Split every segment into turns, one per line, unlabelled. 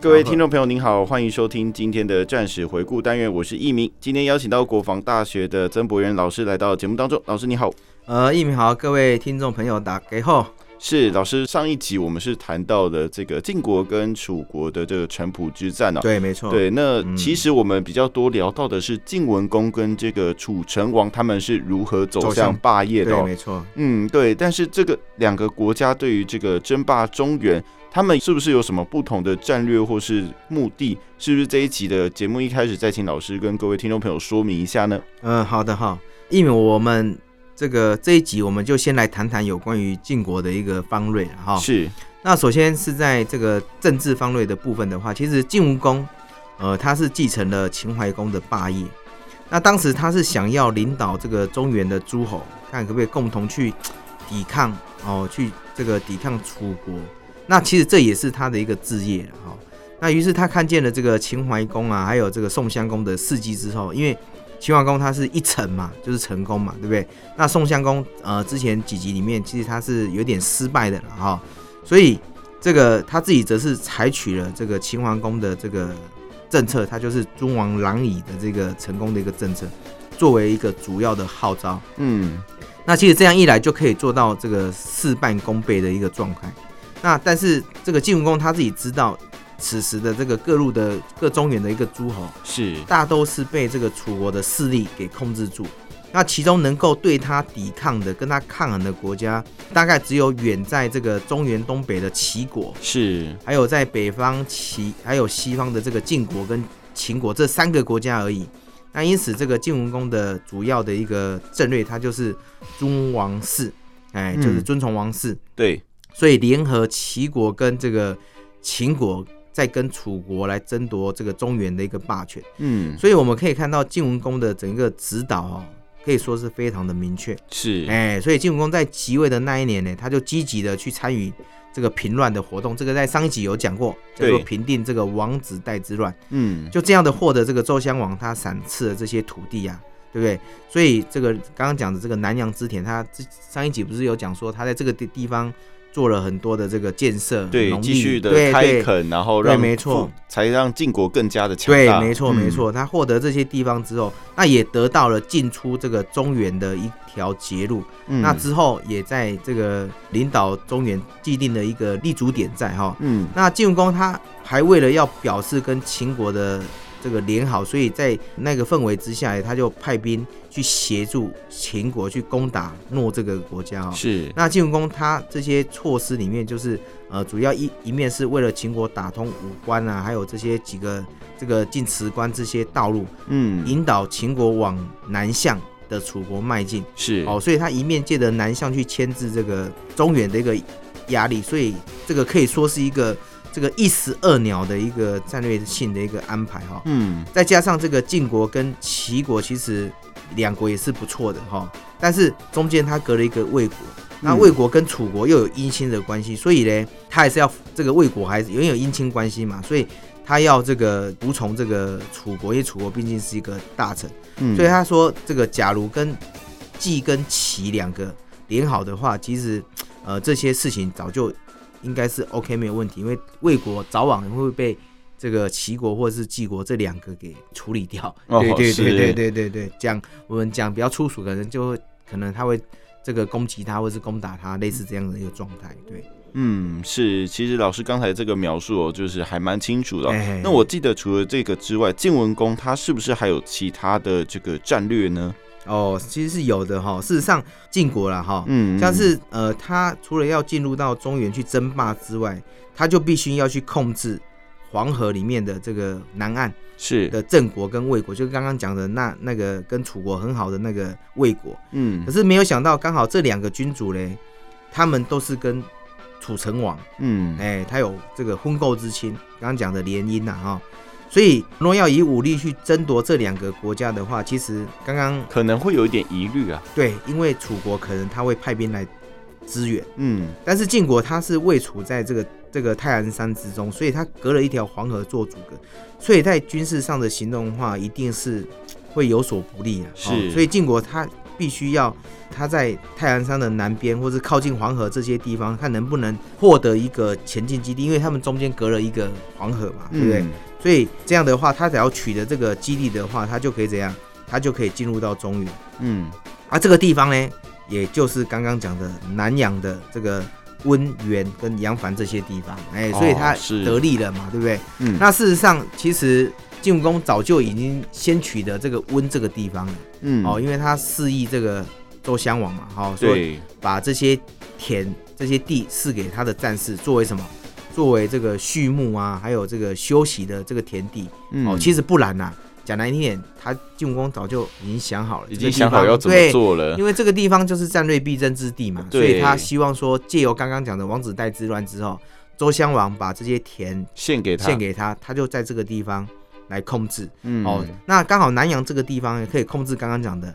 各位听众朋友，您好，欢迎收听今天的战史回顾单元，我是易明。今天邀请到国防大学的曾博元老师来到节目当中，老师你好。
呃，一鸣好，各位听众朋友，打给后，
是老师，上一集我们是谈到了这个晋国跟楚国的这个城濮之战啊。
对，没错，
对，那
嗯
其实我们比较多聊到的是晋文公跟这个楚成王他们是如何走
走
向
向
霸业的、
对，
哦。
没错，
嗯，对。但是这个两个国家对于这个争霸中原，他们是不是有什么不同的战略或是目的？是不是这一集的节目一开始再请老师跟各位听众朋友说明一下呢？
嗯，好的哈，一鸣，我们这个这一集我们就先来谈谈有关于晋国的一个方略了哈。
啊是
那首先是在这个政治方略的部分的话，其实晋文公，呃，他是继承了秦怀公的霸业。那当时他是想要领导这个中原的诸侯，看可不可以共同去抵抗哦，去这个抵抗楚国。那其实这也是他的一个志业了哈、哦那于是他看见了这个秦怀公啊，还有这个宋襄公的事迹之后，因为秦怀公他是一成嘛，就是成功嘛，对不对？那宋襄公呃，之前几集里面其实他是有点失败的了哈、所以这个他自己则是采取了这个秦桓公的这个政策，他就是尊王攘夷的这个成功的一个政策，作为一个主要的号召。
嗯，
那其实这样一来就可以做到这个事半功倍的一个状态。那但是这个晋文公他自己知道，此时的这个各路的各中原的一个诸侯，
是
大都是被这个楚国的势力给控制住。那其中能够对他抵抗的、跟他抗衡的国家，大概只有远在这个中原东北的齐国，
是，
还有在北方齐，还有西方的这个晋国跟秦国这三个国家而已。那因此，这个晋文公的主要的一个战略，它就是尊王室，哎，就是
嗯
遵从王室，
对，
所以联合齐国跟这个秦国，在跟楚国来争夺这个中原的一个霸权。
嗯，
所以我们可以看到晋文公的整个指导哦，可以说是非常的明确。
是，
哎，所以晋文公在即位的那一年呢，他就积极的去参与这个平乱的活动。这个在上一集有讲过，叫做
对
平定这个王子代之乱。
嗯，
就这样的获得这个周襄王他赏赐的这些土地啊，对不对？所以这个刚刚讲的这个南阳之田，他这上一集不是有讲说他在这个地地方做了很多的这个建设，
对，
农
继
地
续的
对
开
对
垦，然后
对
让
没错
富，才让晋国更加的强
对
大。，
没错，
嗯
没，错。他获得这些地方之后，那也得到了进出这个中原的一条捷路。
嗯
那之后也在这个领导中原既定的一个立足点在哈。
嗯，
那晋文公他还为了要表示跟秦国的这个联好，所以在那个氛围之下，他就派兵去协助秦国去攻打诺这个国家哦。
是，
那晋文公他这些措施里面，就是呃，主要一一面是为了秦国打通武关啊，还有这些几个这个晋祠关这些道路，
嗯，
引导秦国往南向的楚国迈进。
是，
哦，所以他一面借着南向去牵制这个中原的一个压力，所以这个可以说是一个这个一石二鸟的一个战略性的一个安排哈、
嗯，
再加上这个晋国跟齐国，其实两国也是不错的哈、但是中间他隔了一个魏国，那
嗯
魏国跟楚国又有姻亲的关系，所以呢，他还是要这个魏国还是因为有姻亲关系嘛，所以他要这个服从这个楚国，因为楚国毕竟是一个大臣。
嗯
所以他说，这个假如跟季跟齐两个连好的话，其实呃这些事情早就应该是 OK 没有问题，因为魏国早晚会被这个齐国或者是季国这两个给处理掉。
哦
对对
是
对对对对对，讲我们讲比较粗俗，可能就会可能他会这个攻击他或是攻打他，类似这样的一个状态。对，
嗯，是，其实老师刚才这个描述哦，就是还蛮清楚的哦、
哎
那我记得除了这个之外，晋文公他是不是还有其他的这个战略呢？
哦，其实是有的哈。事实上，晋国了哈，
嗯，
像是呃，他除了要进入到中原去争霸之外，他就必须要去控制黄河里面的这个南岸
是，
的郑国跟魏国，就是刚刚讲的那那个跟楚国很好的那个魏国。
嗯
可，是没有想到，刚好这两个君主嘞，他们都是跟楚成王，
嗯，
哎，他有这个婚媾之亲，刚刚讲的联姻呐、哈、所以若要以武力去争夺这两个国家的话，其实刚刚
可能会有一点疑虑啊，
对，因为楚国可能他会派兵来支援，
嗯，
但是晋国它是位处在这个这个泰安山之中，所以它隔了一条黄河做阻隔，所以在军事上的行动的话，一定是嘖会有所不利啊。
是
所以晋国它必须要它在泰安山的南边，或是靠近黄河这些地方，看能不能获得一个前进基地，因为他们中间隔了一个黄河嘛，对不对？
嗯
所以这样的话，它只要取得这个基地的话，它就可以怎样？它就可以进入到中原。
嗯，
啊，这个地方呢，也就是刚刚讲的南阳的这个温源跟杨凡这些地方，哎、
哦
所以他
是
得利了嘛，对不对？
嗯，
那事实上，其实晋武公早就已经先取得这个温这个地方了，
嗯，
哦，因为他示意这个周襄王嘛，哦，所以
对，
把这些田、这些地赐给他的战士作为什么？作为这个畜牧啊，还有这个休息的这个田地、
嗯
哦，其实不然呐、讲难听点，他晋武公早就已经想好了，
已
这
经
个地
想好
方
要怎么
对
做 了
因，为这个地方就是战略必争之地嘛，
对
所以他希望说借由刚刚讲的王子带之乱之后，周襄王把这些田
献给他，
献给他，他就在这个地方来控制。
嗯，
哦，那刚好南阳这个地方也可以控制刚刚讲的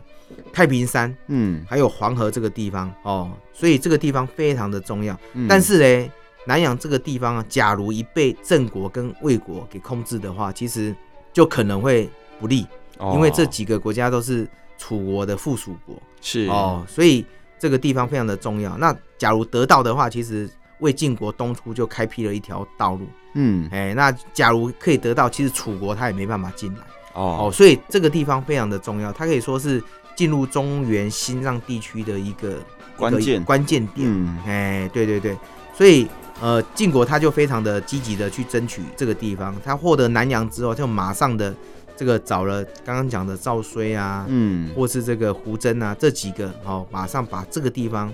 太平山，
嗯，
还有黄河这个地方哦，所以这个地方非常的重要。
嗯
但是呢，南阳这个地方啊，假如一被郑国跟魏国给控制的话，其实就可能会不利，因为这
哦
几个国家都是楚国的附属国。
是
哦，所以这个地方非常的重要。那假如得到的话，其实魏晋国东出就开辟了一条道路，
嗯，
哎，那假如可以得到，其实楚国他也没办法进来哦，
哦，
所以这个地方非常的重要，它可以说是进入中原新让地区的一个
关
一个
键
关键点。
嗯，
哎，对对对，所以。呃，晋国他就非常的积极的去争取这个地方，他获得南阳之后，就马上的这个找了刚刚讲的赵衰啊，
嗯，
或是这个胡真啊，这几个哦，马上把这个地方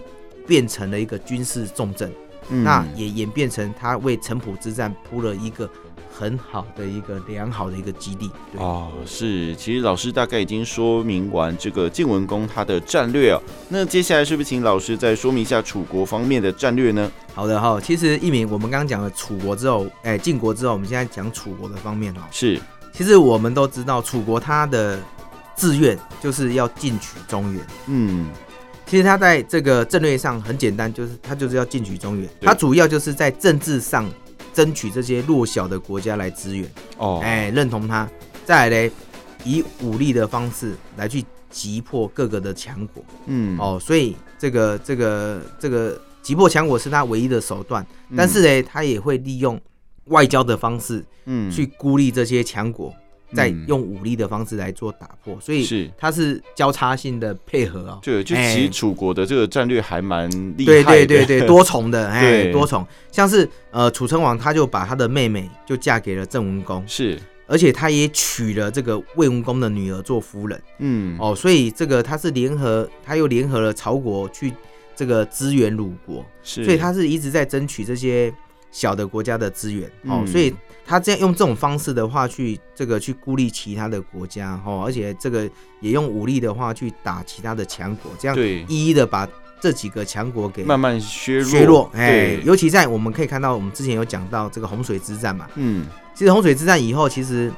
变成了一个军事重镇，
嗯
那也演变成他为城濮之战铺了一个很好的一个良好的一个基地。对，
哦，是，其实老师大概已经说明完这个晋文公他的战略哦，那接下来是不是请老师再说明一下楚国方面的战略呢？
好的哈、其实一鸣，我们刚刚讲了楚国之后，哎，晋国之后，我们现在讲楚国的方面哦。
是，
其实我们都知道，楚国他的志愿就是要进取中原。
嗯，
其实他在这个战略上很简单，就是他就是要进取中原，
对
他主要就是在政治上争取这些弱小的国家来支援，
哦，
哎、认同他。再来嘞，以武力的方式来去击破各个的强国、
嗯，，
哦，所以这个这个这个击破强国是他唯一的手段，但是，呢，他也会利用外交的方式
嗯，
去孤立这些强国，再
嗯
用武力的方式来做打破，所以
是。
它是交叉性的配合哦。
对，就其
哎
实楚国的这个战略还蛮厉
对
害的，
对对对，多重的，哎，
对，
多重，像是呃，楚成王他就把他的妹妹就嫁给了郑文公
是，
而且他也娶了这个魏文公的女儿做夫人
嗯，
哦，所以这个他是联合，他又联合了曹国去这个支援鲁国，
是，
所以他是一直在争取这些小的国家的资源哦，
嗯
所以他这样用这种方式的话去这个去孤立其他的国家哦，而且这个也用武力的话去打其他的强国，这样
对
一一的把这几个强国给
慢慢削弱，
削弱，哎
对，
尤其在我们可以看到，我们之前有讲到这个洪水之战嘛。
嗯，
其实洪水之战以后，其实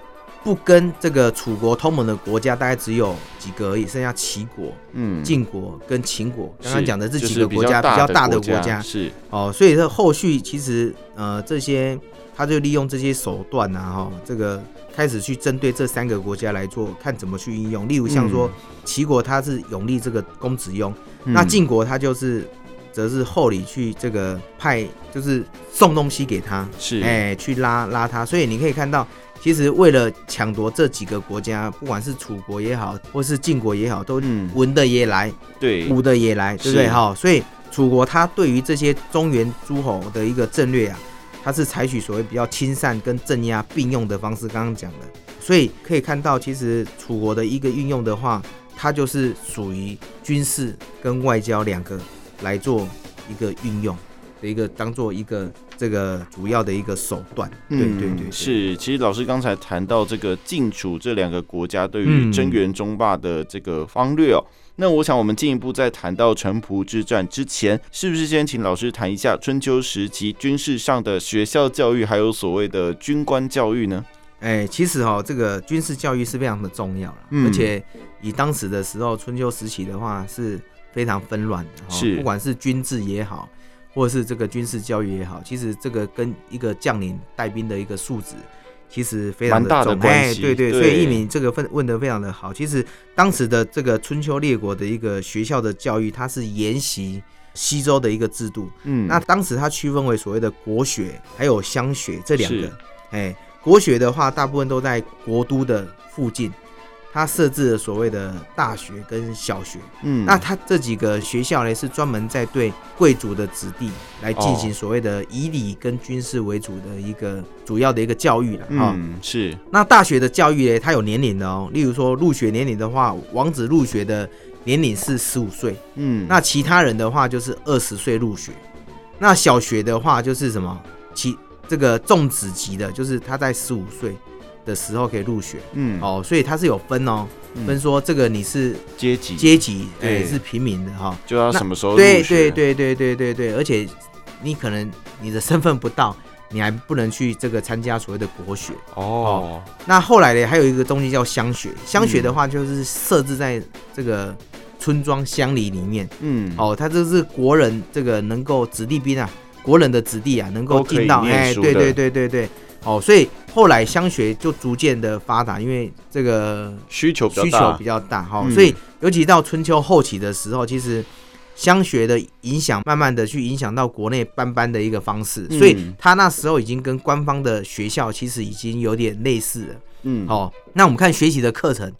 不跟这个楚国同盟的国家大概只有几个而已，剩下齐国、
嗯，
晋国跟秦国。
是
刚刚讲的这
就
几
是
个国家
比
比较大
的
的国家
是，
哦，所以这后续其实呃这些他就利用这些手段啊，哈、这个开始去针对这三个国家来做，看怎么去应用。例如像说
嗯
齐国，他是永立这个公子雍。那
嗯
晋国他就是则是厚礼去这个派，就是送东西给他，
是，
哎、去拉拉他。所以你可以看到，其实为了抢夺这几个国家，不管是楚国也好，或是晋国也好，都
嗯，
文的也来，
对，
武的也来，对不
是
对？哈，所以楚国他对于这些中原诸侯的一个战略啊，他是采取所谓比较亲善跟镇压并用的方式，刚刚讲的，所以可以看到，其实楚国的一个运用的话，它就是属于军事跟外交两个来做一个运用的一个当做一个这个主要的一个手段，对对对对，
嗯是。其实老师刚才谈到这个晋楚这两个国家对于
嗯
争源争霸的这个方略哦，那我想，我们进一步在谈到城濮之战之前，是不是先请老师谈一下春秋时期军事上的学校教育，还有所谓的军官教育呢？
哎、其实哈、这个军事教育是非常的重要了，
嗯
而且以当时的时候，春秋时期的话是非常纷乱的、哦，
是
不管是军制也好，或者是这个军事教育也好，其实这个跟一个将领带兵的一个素质。其实非常
蛮大的
重，
关
哎，
系
对对，
对
所以一鸣这个问问的非常的好。其实当时的这个春秋列国的一个学校的教育，它是沿袭西周的一个制度，
嗯，
那当时它区分为所谓的国学还有乡学这两个
是。
哎，国学的话，大部分都在国都的附近，它设置了所谓的大学跟小学。
嗯，
那它这几个学校呢，是专门在对贵族的子弟来进行
哦
所谓的以礼跟军事为主的一个主要的一个教育了啊。
嗯是
那大学的教育呢，它有年龄的哦，例如说入学年龄的话，王子入学的年龄是十五岁。
嗯
那其他人的话就是二十岁入学，那小学的话就是什么？其这个重子级的，就是他在十五岁的时候可以入学
嗯
哦，所以他是有分哦，分说这个你是
阶级
阶级，哎、
对
是平民的哈、
就要
那
什么时候入
对对
学
对对对对对，而且你可能你的身份不到，你还不能去这个参加所谓的国学。
哦
那后来呢，还有一个东西叫乡学，乡
嗯
学的话就是设置在这个村庄乡里里面。
嗯
哦，他这是国人这个能够子弟兵啊，国人的子弟啊，能够进到
都可以念
哎，
书
对
的
对对对对，哦，所以后来乡学就逐渐的发达，因为这个
需求比较
需求
大
比较大哈、哦
嗯
所以尤其到春秋后期的时候，其实乡学的影响慢慢的去影响到国内班班的一个方式，所以
嗯
他那时候已经跟官方的学校其实已经有点类似了。
嗯
哦，那我们看学习的课程，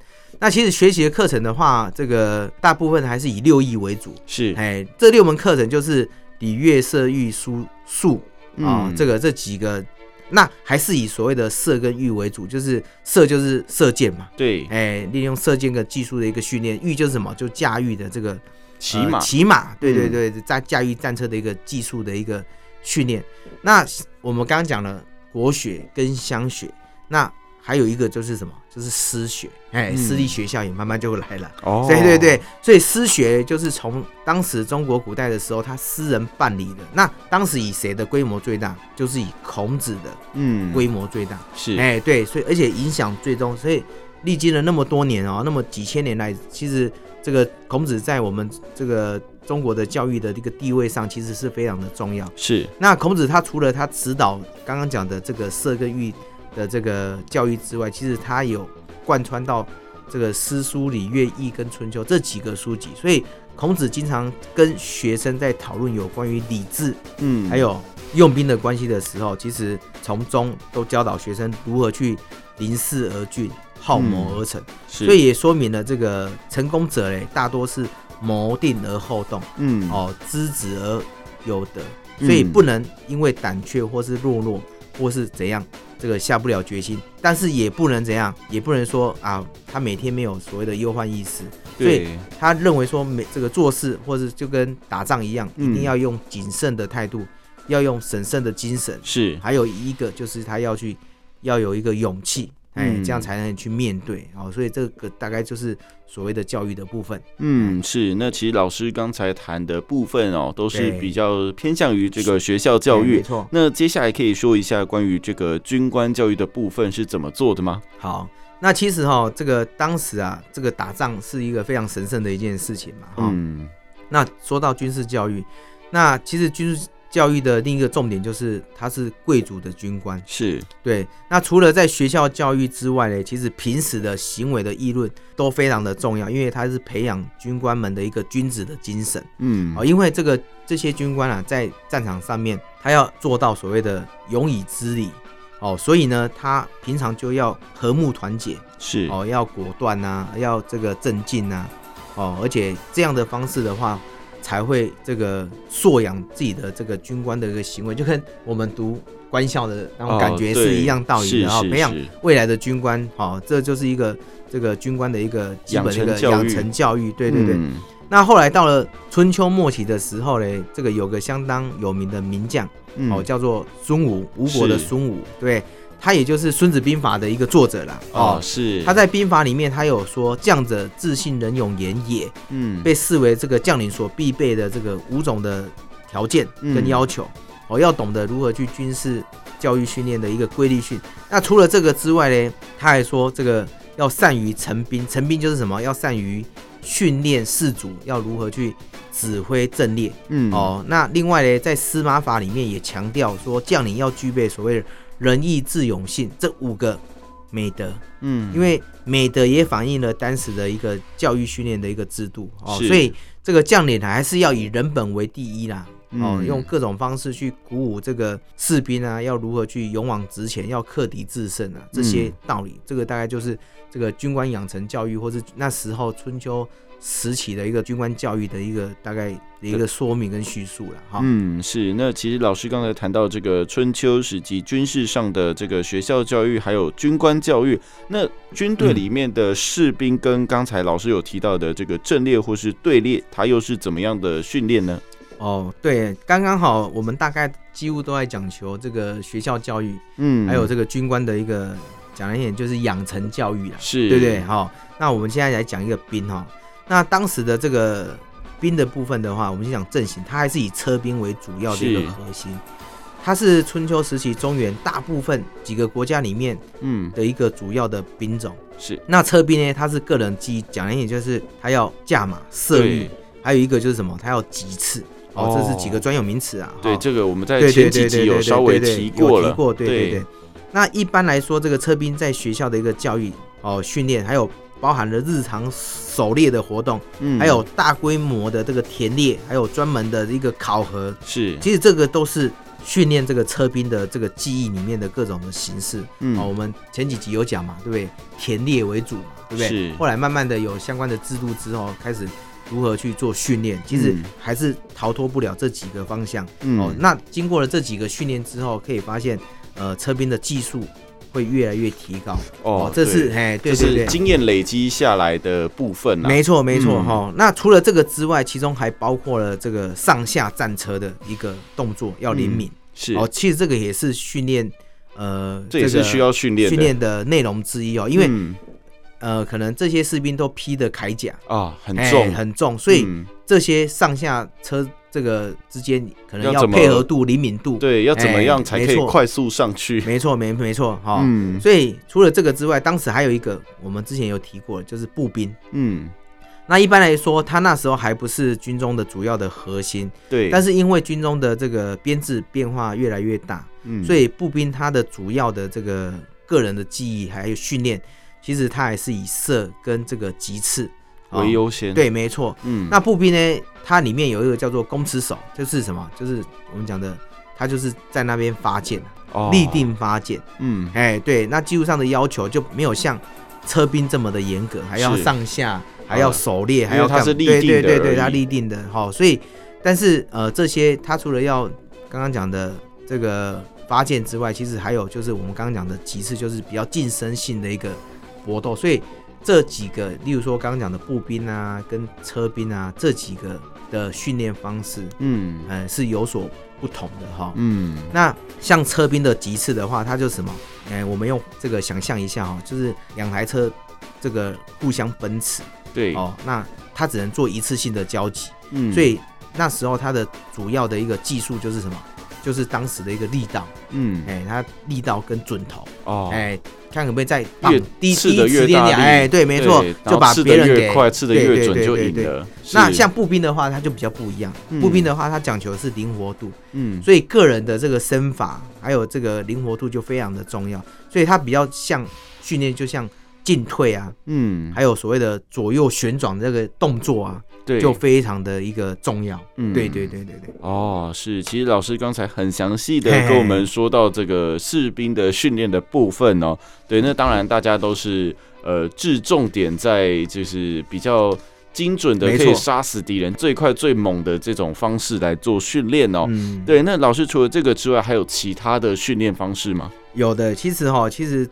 那其实学习的课程的话，这个大部分还是以六艺为主。
是
哎，这六门课程就是礼乐射御书数啊，
嗯
这个这几个，那还是以所谓的射跟御为主，就是射就是射箭嘛，
对
哎，利用射箭的技术的一个训练，御就是什么，就驾驭的这个
骑
呃
马嗯
骑马，对对对，在驾驭战车的一个技术的一个训练。那我们刚刚讲了国学跟乡学，那还有一个就是什么，就是私学，哎，
嗯
私立学校也慢慢就来了。
哦
对对对，所以私学就是从当时中国古代的时候，他私人办理的。那当时以谁的规模最大？就是以孔子的
嗯
规模最大。
是
哎、对，所以而且影响最终，所以历经了那么多年哦，那么几千年来，其实这个孔子在我们这个中国的教育的这个地位上，其实是非常的重要。
是
那孔子他除了他指导刚刚讲的这个社跟育的这个教育之外，其实他有贯穿到这个诗书礼乐易跟春秋这几个书籍，所以孔子经常跟学生在讨论有关于礼制
嗯
还有用兵的关系的时候，其实从中都教导学生如何去临事而俊，好谋而成，
嗯是
所以也说明了这个成功者嘞，大多是谋定而后动，
嗯
哦，知止而有德，
嗯
所以不能因为胆怯或是懦弱或是怎样。这个下不了决心，但是也不能怎样，也不能说啊，他每天没有所谓的忧患意识，所以
对
他认为说每这个做事或者就跟打仗一样，
嗯
一定要用谨慎的态度，要用审慎的精神，
是
还有一个就是他要去要有一个勇气，哎、
嗯
这样才能去面对哦。所以这个大概就是所谓的教育的部分。
嗯，是。那其实老师刚才谈的部分哦，都是
对
比较偏向于这个学校教
哎
育
没。错。
那接下来可以说一下关于这个军官教育的部分是怎么做的吗？
好，那其实哈、哦，这个当时啊，这个打仗是一个非常神圣的一件事情嘛。哈、
嗯，
那说到军事教育，那其实军事教育的另一个重点就是他是贵族的军官。
是
对，那除了在学校教育之外呢，其实平时的行为的议论都非常的重要，因为它是培养军官们的一个君子的精神
嗯
啊、哦。因为这个这些军官啊，在战场上面，他要做到所谓的勇以知礼哦，所以呢，他平常就要和睦团结
是
哦，要果断呐、要这个镇静呐、哦，而且这样的方式的话。才会这个塑养自己的这个军官的一个行为，就跟我们读官校的那种感觉是一样道理的啊、
哦
哦
对是是
培养
是
未来的军官，好、这就是一个这个军官的一个基本的一
养成教育
个养成教育，对对对。
嗯
那后来到了春秋末期的时候嘞，这个有个相当有名的名将，哦
嗯
哦，叫做孙武，吴国的
是
孙武，对，他也就是《孙子兵法》的一个作者啦。
哦，，是
他在兵法里面他有说，将者自信人勇言也，
嗯
被视为这个将领所必备的这个五种的条件跟
嗯
要求。哦，要懂得如何去军事教育训练的一个规律训。那除了这个之外呢，他还说这个要善于成兵，成兵就是什么？要善于训练士卒，要如何去指挥阵列。
嗯
哦，那另外呢，在司马法里面也强调说，将领要具备所谓的仁义智勇信这五个美德，
嗯，
因为美德也反映了当时的一个教育训练的一个制度哦，
是
所以这个将领还是要以人本为第一啦。哦，
嗯
用各种方式去鼓舞这个士兵啊，要如何去勇往直前，要克敌制胜啊，这些道
嗯
理，这个大概就是这个军官养成教育，或是那时候春秋时期的一个军官教育的一个大概的一个说明跟叙述了哈。
嗯，是。那其实老师刚才谈到这个春秋时期军事上的这个学校教育，还有军官教育。那军队里面的士兵跟刚才老师有提到的这个阵列或是队列，它又是怎么样的训练呢？
哦，对，刚刚好，我们大概几乎都在讲求这个学校教育，
嗯，
还有这个军官的一个讲一点就是养成教育啦。
是，
对不对？好、那我们现在来讲一个兵哈、那当时的这个兵的部分的话，我们先讲阵型，它还是以车兵为主要的一
是
个核心。它是春秋时期中原大部分几个国家里面
嗯，
的一个主要的兵种。
是
那车兵呢，它是个人技，讲一点就是它要驾马、射御
对，
还有一个就是什么，它要击刺。哦，这是几个
哦
专有名词啊。
对
哈
这个我们在
对
呃前
对
几
对对
集
对
有
对
稍
对
微
对
提
有
过了，
提过，对对对。那一般来说，这个车兵在学校的一个教育哦训练，还有包含了日常狩猎的活动，
嗯，
还有大规模的这个田猎，还有专门的一个考核，
是，
其实这个都是训练这个车兵的这个技艺里面的各种的形式。
嗯
哦，我们前几集有讲嘛，对不对？田猎为主嘛，对不对？
是
后来慢慢的有相关的制度之后，开始如何去做训练，其实
嗯
还是逃脱不了这几个方向。
嗯
哦，那经过了这几个训练之后，可以发现，呃，车兵的技术会越来越提高。
哦
这是
对
哎，对
这
对
是
对。
经验累积下来的部分啦。
没错，没错，
嗯
哈、那除了这个之外，其中还包括了这个上下战车的一个动作要灵敏、
嗯是，
哦。其实这个也是训练，呃，
这也
个
是需要训练的，
训练的内容之一哦。因为、
嗯
呃，可能这些士兵都披的铠甲
啊很
哎
重，
很重，所以
嗯
这些上下车这个之间可能
要
要
怎么
配合度、灵敏度。
对，要怎么
哎
样才可
没
以
错
快速上去？
没错，没没错，哈、
嗯
所以除了这个之外，当时还有一个我们之前有提过，就是步兵。
嗯，
那一般来说，他那时候还不是军中的主要的核心，
对，
但
是
是因为军中的这个编制变化越来越大，所
以
以步兵他的主要的这个个人的技艺还有训练，其实他还是以射跟这个击刺哦
为优先，，
对，没错。
嗯，
那步兵呢，它里面有一个叫做弓持手，就是什么？就是我们讲的，他就是在那边发箭，
哦
立，定发箭。
嗯，
哎，对，那技术上的要求就没有像车兵这么的严格，还要
是
上下，还要狩猎，还
因
要
为它
干
是立
对
定的
对对
而
对，
已
它立定的哈、所以，但是呃，这些它除了要刚刚讲的这个发箭之外，其实还有就是我们刚刚讲的其次就是比较近身性的一个搏斗，所以这几个，例如说刚刚讲的步兵啊，跟车兵啊这几个的训练方式，
嗯
呃，是有所不同的哈、
嗯，
那像车兵的级次的话，它就是什么？哎、我们用这个想象一下哦，就是两台车这个互相奔驰
对，
哦，那它只能做一次性的交集，
嗯，
所以那时候它的主要的一个技术就是什么？就是当时的一个力道，
嗯，
哎、它力道跟准头，
哦，
哎、看可不可以再放
越
低
刺
低
得越
一点
大
点，
力
哎、对，没错
对，然
就
后
把
吃
别
的
人
越
给
快，吃的
对
越
对
准
对
就
对
赢
对
了。
那
是
像步兵的话，它就比较不一样。
嗯
步兵的话，它讲求的是灵活度，
嗯，
所以个人的这个身法还有这个灵活度就非常的重要，所以它比较像训练，就像进退啊，
嗯，
还有所谓的左右旋转这个动作啊，
对，
就非常的一个重要。
嗯
对对对对对，
哦，是，其实老师刚才很详细的
嘿嘿
跟我们说到这个士兵的训练的部分哦。对，那当然大家都是呃，置重点在就是比较精准的
没
可
错
以杀死敌人最快最猛的这种方式来做训练哦。
嗯，
对，那老师除了这个之外，还有其他的训练方式吗？
有的其实哈，其实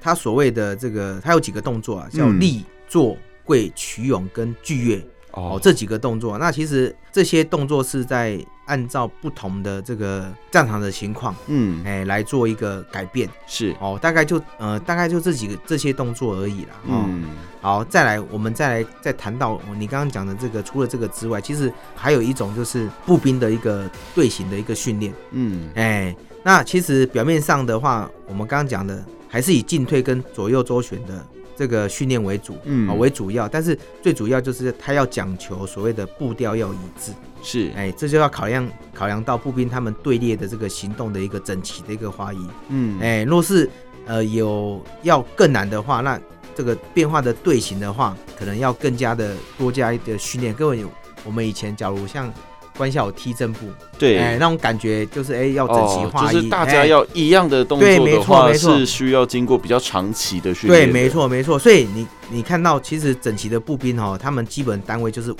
它所谓的这个，它有几个动作啊，叫
嗯
立、坐、哦跪、曲勇跟巨跃。哦，这几个动作，那其实这些动作是在按照不同的这个战场的情况，
嗯，
哎、来做一个改变
是，
哦，大概就呃大概就这几个这些动作而已啦。哦、
嗯，
好，再来我们再来再谈到哦你刚刚讲的这个，除了这个之外，其实还有一种就是步兵的一个队形的一个训练。
嗯，
哎，那其实表面上的话，我们刚刚讲的还是以进退跟左右周旋的这个训练为主，
嗯
啊、为主要，但是最主要就是它要讲求所谓的步调要一致，
嗯是，
哎，这就要考量考量到步兵他们队列的这个行动的一个整齐的一个划一，
嗯，
哎，若是呃有要更难的话，那这个变化的队形的话，可能要更加的多加一点训练。各位，我们以前假如像关校有踢正步，
对，
哎，那种感觉就是哎要整齐
哦，
划一，
就是大家
哎
要一样的动
对
作
没
的
错
话，
没错
是需要经过比较长期的训
对，
练。
没，错没错。所以你你看到其实整齐的步兵哦，他们基本单位就是五，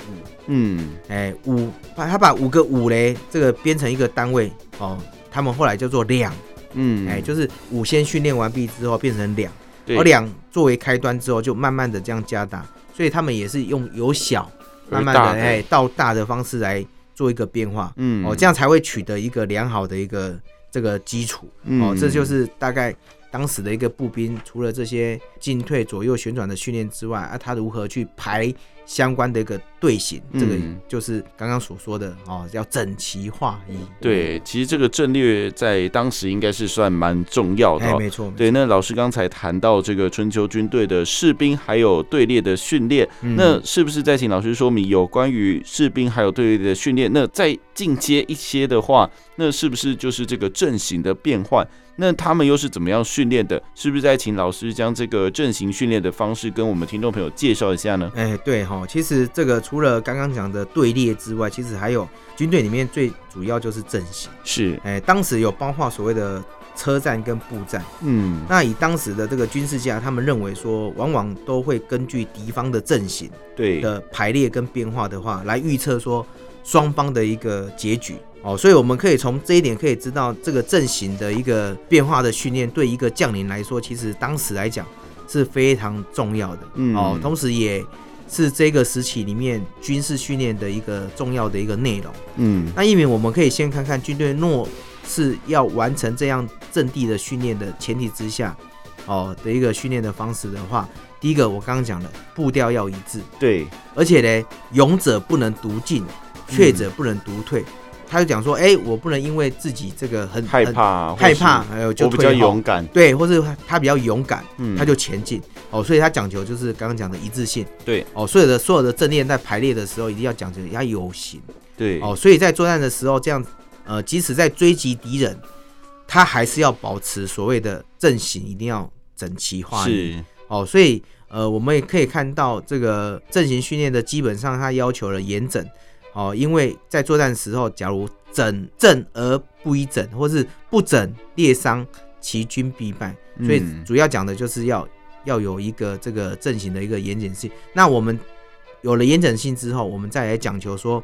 嗯，
哎五，把他把五个五嘞这个编成一个单位哦，他们后来叫做两，
嗯，
哎就是五先训练完毕之后变成两，
对
而两作为开端之后就慢慢的这样加大，所以他们也是用由小慢慢的
而大的
哎到大的方式来做一个变化。
嗯，
哦，这样才会取得一个良好的一个这个基础。
嗯
哦，这就是大概当时的一个步兵，除了这些进退左右旋转的训练之外，啊，他如何去排相关的一个队形，
嗯
这个就是刚刚所说的哦，要整齐划一。
对，其实这个战略在当时应该是算蛮重要的
哎，
哦、
没错，没错，
对，那老师刚才谈到这个春秋军队的士兵还有队列的训练，
嗯
那是不是再请老师说明有关于士兵还有队列的训练？那再进阶一些的话，那是不是就是这个阵型的变换？那他们又是怎么样训练的？是不是再请老师将这个阵型训练的方式跟我们听众朋友介绍一下呢？
哎，对哈、其实这个除了刚刚讲的队列之外，其实还有军队里面最主要就是阵型。
是，
哎，当时有包括所谓的车站跟步战。
嗯，
那以当时的这个军事家，他们认为说，往往都会根据敌方的阵型
对，
的排列跟变化的话，来预测说双方的一个结局。哦，所以我们可以从这一点可以知道，这个阵型的一个变化的训练，对一个将领来说，其实当时来讲是非常重要的。
嗯
哦，同时也是这个时期里面军事训练的一个重要的一个内容。哦
嗯，
那一鸣，我们可以先看看军队若是要完成这样阵地的训练的前提之下，哦的一个训练的方式的话，第一个我刚刚讲了，步调要一致，
对，
而且呢，勇者不能独进，
嗯
怯者不能独退。他就讲说，哎、我不能因为自己这个很
害
很
怕，
害怕，，还有就
我比较
退后
勇，敢，
对，或是他比较勇敢，
嗯，
他就前进。哦，所以他讲求就是刚刚讲的一致性。
对，
哦，所有的所有的阵列在排列的时候，一定要讲究要有形。
对，
哦，所以在作战的时候，这样呃，即使在追击敌人，他还是要保持所谓的阵型，一定要整齐划一。
是，
哦，所以呃，我们也可以看到这个阵型训练的基本上它要求了严整。哦，因为在作战时候，假如整正而不一整，或是不整列伤，其军必败。所以
嗯
主要讲的就是要要有一个这个阵型的一个严整性。那我们有了严整性之后，我们再来讲求说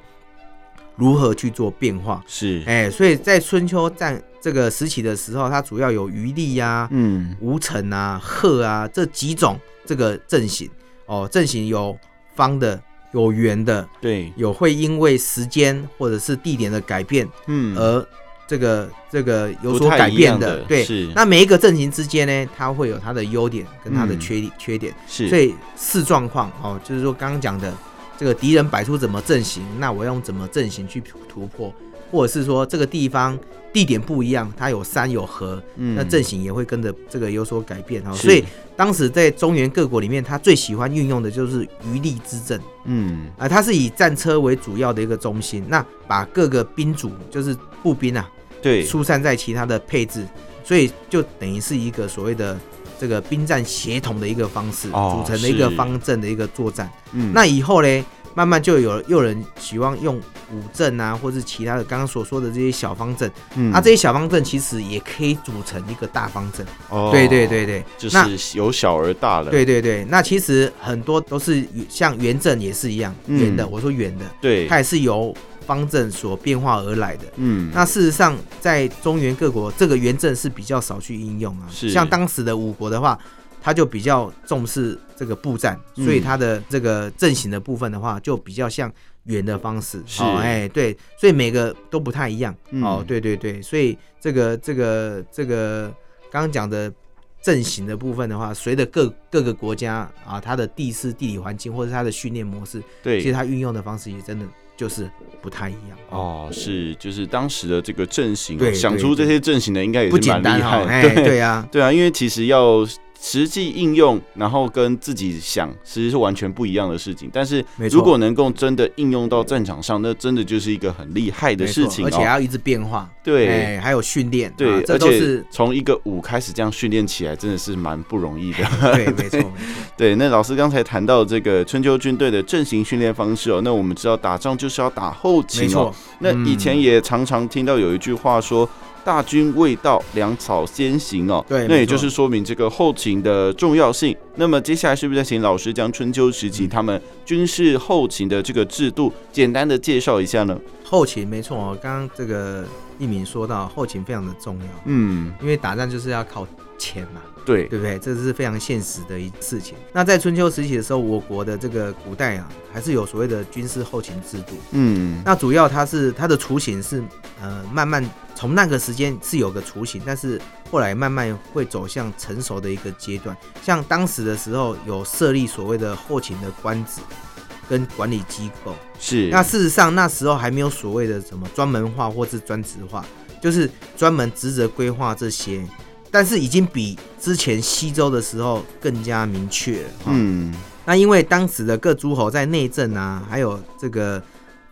如何去做变化。
是，
哎，所以在春秋战这个时期的时候，它主要有余力呀、
嗯，
吴城啊、鹤啊这几种这个阵型哦，阵型有方的、有圆的，
对，
有会因为时间或者是地点的改变
嗯，
而这个这个呃有所
不太
改
一
变
样
的。
的
对
是，
那每一个阵型之间呢，它会有它的优点跟它的缺、缺点，
嗯是，
所以视状况哦，就是说刚刚讲的。这个敌人摆出怎么阵型，那我用怎么阵型去突破，或者是说这个地方地点不一样，它有山有河，
嗯
那阵型也会跟着这个有所改变哈、哦。
是
所以当时在中原各国里面，他最喜欢运用的就是余力之阵
嗯
啊，它是以战车为主要的一个中心，那把各个兵组就是步兵啊
对，
疏散在其他的配置，所以就等于是一个所谓的这个兵战协同的一个方式，
哦
组成了一个
是
方阵的一个作战。
嗯
那以后嘞，慢慢就有又有人希望用五阵啊，或是其他的刚刚所说的这些小方阵。
嗯
啊，这些小方阵其实也可以组成一个大方阵。
哦
对对，对对，
就是由小而大了，
对对对。那其实很多都是像圆阵也是一样，
嗯
圆的，我说圆的，
对，
它也是由方阵所变化而来的。
嗯，
那事实上，在中原各国，这个圆阵是比较少去应用啊。
是
像当时的五国的话，他就比较重视这个步战，
嗯
所以他的这个阵型的部分的话，就比较像圆的方式。
是
哦哎、对，所以每个都不太一样。
嗯
哦，对对对，所以这个这个这个刚刚讲的阵型的部分的话，随着各各个国家啊，它的地势、地理环境或者它的训练模式，
对，
其实它运用的方式也真的就是不太一样。
哦，是，就是当时的这个阵型哦，
对
想
对
出这些阵型的应该也
不
是
简
蛮
单
厉
哈，
害
哎，
的，
对啊，
对啊，因为其实要实际应用，然后跟自己想，其实是完全不一样的事情。但是
没错
如果能够真的应用到战场上，那真的就是一个很厉害的
没错
事情
而且还
哦。
要一直变化，
对
哎，还有训练，
对
啊，这
而
都
且
是
从一个舞开始这样训练起来，真的是蛮不容易的。
对，没错，没错
对，那老师刚才谈到这个春秋军队的阵型训练方式哦，那我们知道打仗就是要打后
没
勤哦
错，，嗯
那以前也常常听到有一句话说“大军未到，粮草先行”哦。
对
那也
没错
就是说明这个后勤的重要性。那么接下来是不是再请老师将春秋时期
嗯
他们军事后勤的这个制度简单的介绍一下呢？
后勤没错哦。刚刚这个一鸣说到后勤非常的重要，
嗯，
因为打仗就是要靠钱嘛，
对，
对不对？这是非常现实的一事情。那在春秋时期的时候，我国的这个古代啊，还是有所谓的军事后勤制度。
嗯，
那主要它是它的雏形是呃慢慢从那个时间是有个雏形，但是后来慢慢会走向成熟的一个阶段。像当时的时候有设立所谓的后勤的官职跟管理机构，
是，
那事实上那时候还没有所谓的什么专门化或是专职化，就是专门职责规划这些，但是已经比之前西周的时候更加明确了。哈
嗯，
那因为当时的各诸侯在内政啊，还有这个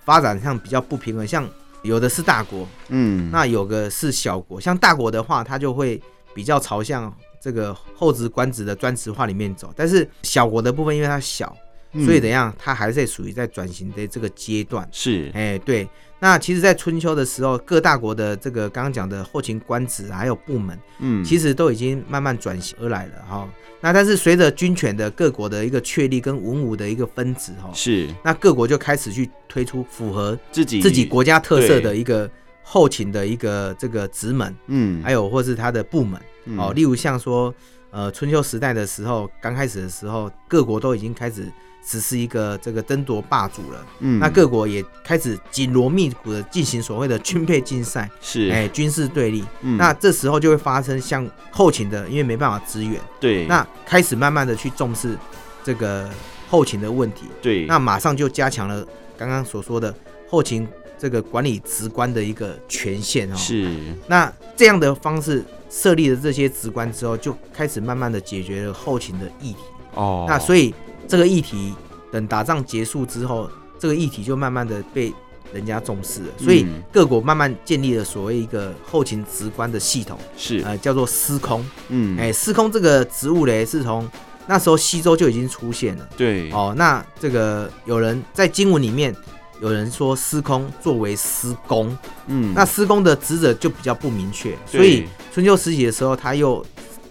发展上比较不平衡，像有的是大国，
嗯，
那有个是小国。像大国的话，它就会比较朝向这个后职官职的专职化里面走，但是小国的部分因为它小，
嗯
所以怎样，它还是属于在转型的这个阶段。
是，
哎，对，那其实，在春秋的时候，各大国的这个刚刚讲的后勤官职啊还有部门，
嗯，
其
实
实都已经慢慢转型而来了哈、那但是随着军权的各国的一个确立跟文武的一个分子哈、
是
那各国就开始去推出符合
自己
自己，国家特色的
对
一个后勤的一个这个职门，
嗯，
还有或是它的部门
嗯
哦。例如像说，呃，春秋时代的时候，刚开始的时候，各国都已经开始实施一个这个争夺霸主了。
嗯，
那各国也开始紧锣密鼓的进行所谓的军备竞赛，
是，
哎，军事对立。
嗯，
那这时候就会发生像后勤的，因为没办法支援，
对，
那开始慢慢的去重视这个后勤的问题，
对，
那马上就加强了刚刚所说的后勤这个管理职官的一个权限哦。，
是，
那这样的方式设立了这些职官之后，就开始慢慢的解决了后勤的议题。
哦，
那所
以
以这个议题等打仗结束之后，这个议题就慢慢的被人家重视了，所以
嗯
各国慢慢建立了所谓一个后勤直观的系统，
是，
呃，叫做司空。
嗯，
哎、司空这个职务嘞，是从那时候西周就已经出现了。
对，
哦，那这个有人在经文里面有人说司空作为司公，
嗯，
那司公的职责就比较不明确，
对
所以春秋时期的时候，他又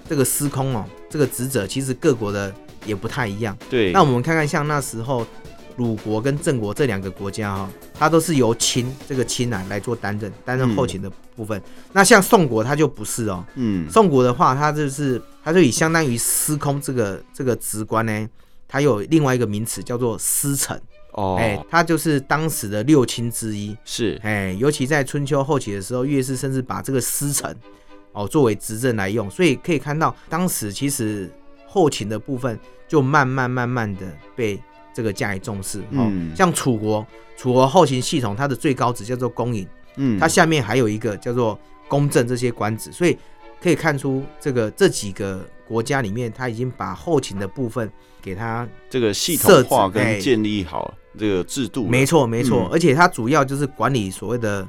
这个司空哦，这个职责其实各国的也不太一样。
对，
那我们看看，像那时候鲁国跟郑国这两个国家哈、它都是由秦这个秦啊来做担任担任后勤的部分。那像宋国，它就不是哦。
嗯，
宋国的话，它就是它就以相当于司空这个这个职官呢，它有另外一个名词叫做司臣，
哦，
哎、它就是当时的六卿之一。
是，
哎，尤其在春秋后期的时候，乐师甚至把这个师承哦作为执政来用，所以可以看到当时其实后勤的部分就慢慢慢慢的被这个加以重视。哦，
嗯
像楚国，楚国后勤系统它的最高职叫做公尹，
嗯，
它下面还有一个叫做公正这些官职，所以可以看出这个这几个国家里面，它已经把后勤的部分给它
这个系统
设置
化跟
哎
建立好这个制度了，
没错，没错，
嗯
而且它主要就是管理所谓的，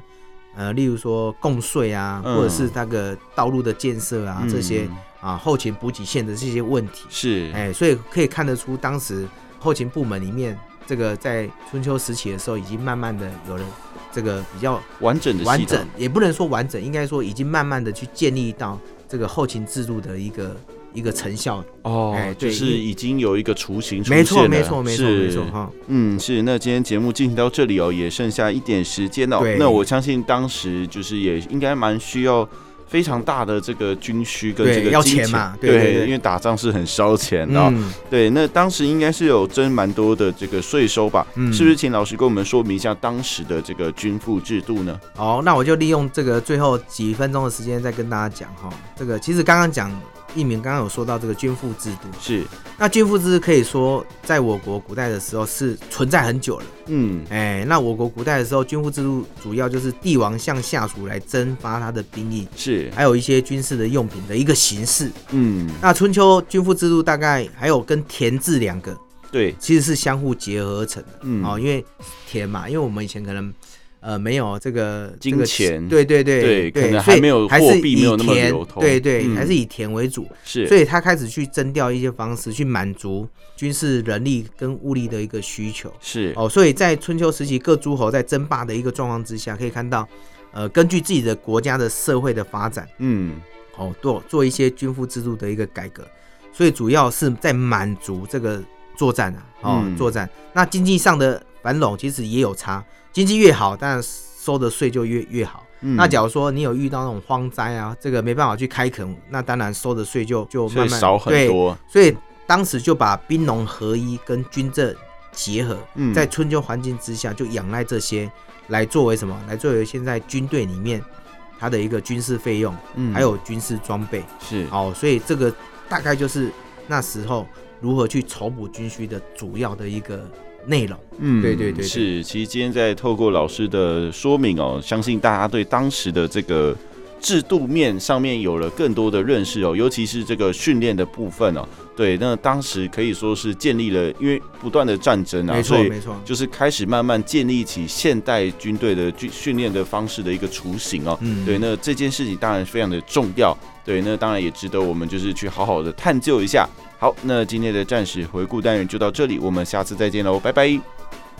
呃，例如说供税啊，
嗯
或者是那个道路的建设啊，
嗯
这些啊后勤补给线的这些问题。
是，
哎，所以可以看得出，当时后勤部门里面，这个在春秋时期的时候，已经慢慢的有了这个比较
完整的
完
系统
整，，也不能说完整，应该说已经慢慢的去建立到这个后勤制度的一个一个成效。
哦
哎，
就
对
是已经有一个雏形出现
没错，
了
没错，没错，没错，
是
哈。
嗯，是。那今天节目进行到这里哦，也剩下一点时间哦
对。
那我相信当时就是也应该蛮需要。非常大的这个军需跟
对
这个
要
金
钱嘛对对对
因为打仗是很烧钱的、哦
嗯，
对，那当时应该是有征蛮多的这个税收吧？
嗯
是不是？请老师跟我们说明一下当时的这个军赋制度呢？
好，那我就利用这个最后几分钟的时间再跟大家讲哈，这个其实刚刚讲一鸣刚刚有说到这个军赋制度，
是，
那军赋制度可以说在我国古代的时候是存在很久了。
嗯，
哎，那我国古代的时候，军赋制度主要就是帝王向下属来征发他的兵役，
是，
还有一些军事的用品的一个形式。
嗯，
那春秋军赋制度大概还有跟田制两个
对，
其实是相互结合成的。
嗯，
哦，因为田嘛，因为我们以前可能呃没有这个
金
这个
钱
对对
对
对
可能
所以
还没有
还是
货币
以
没有那么
田
流通
对对，
嗯
还是以田为主，
是，
所以他开始去征调一些方式去满足军事人力跟物力的一个需求。
是，
哦，所以在春秋时期，各诸侯在争霸的一个状况之下，可以看到，呃，根据自己的国家的社会的发展，
嗯，
哦，做做一些军赋制度的一个改革，所以主要是在满足这个作战啊，哦，
嗯
作战。那经济上的繁荣其实也有差，经济越好，当然收的税就越越好。
嗯
那假如说你有遇到那种荒灾啊，这个没办法去开垦，那当然收的税就就
所
慢
以
慢
少很
对。
多，
所以当时就把兵农合一跟军政结合，
嗯，
在春秋环境之下，就仰赖这些来作为什么？来作为现在军队里面它的一个军事费用，
嗯
还有军事装备。
是，
哦，所以这个大概就是那时候如何去筹补军需的主要的一个内容。
嗯
对对对对
是。其实今天在透过老师的说明哦，相信大家对当时的这个制度面上面有了更多的认识哦，尤其是这个训练的部分哦。对，那当时可以说是建立了，因为不断的战争啊，
没错
所以
没错，
就是开始慢慢建立起现代军队的军训练的方式的一个雏形哦。
嗯
对，那这件事情当然非常的重要，对，那当然也值得我们就是去好好的探究一下。好，那今天的战史回顾单元就到这里，我们下次再见喽，拜拜。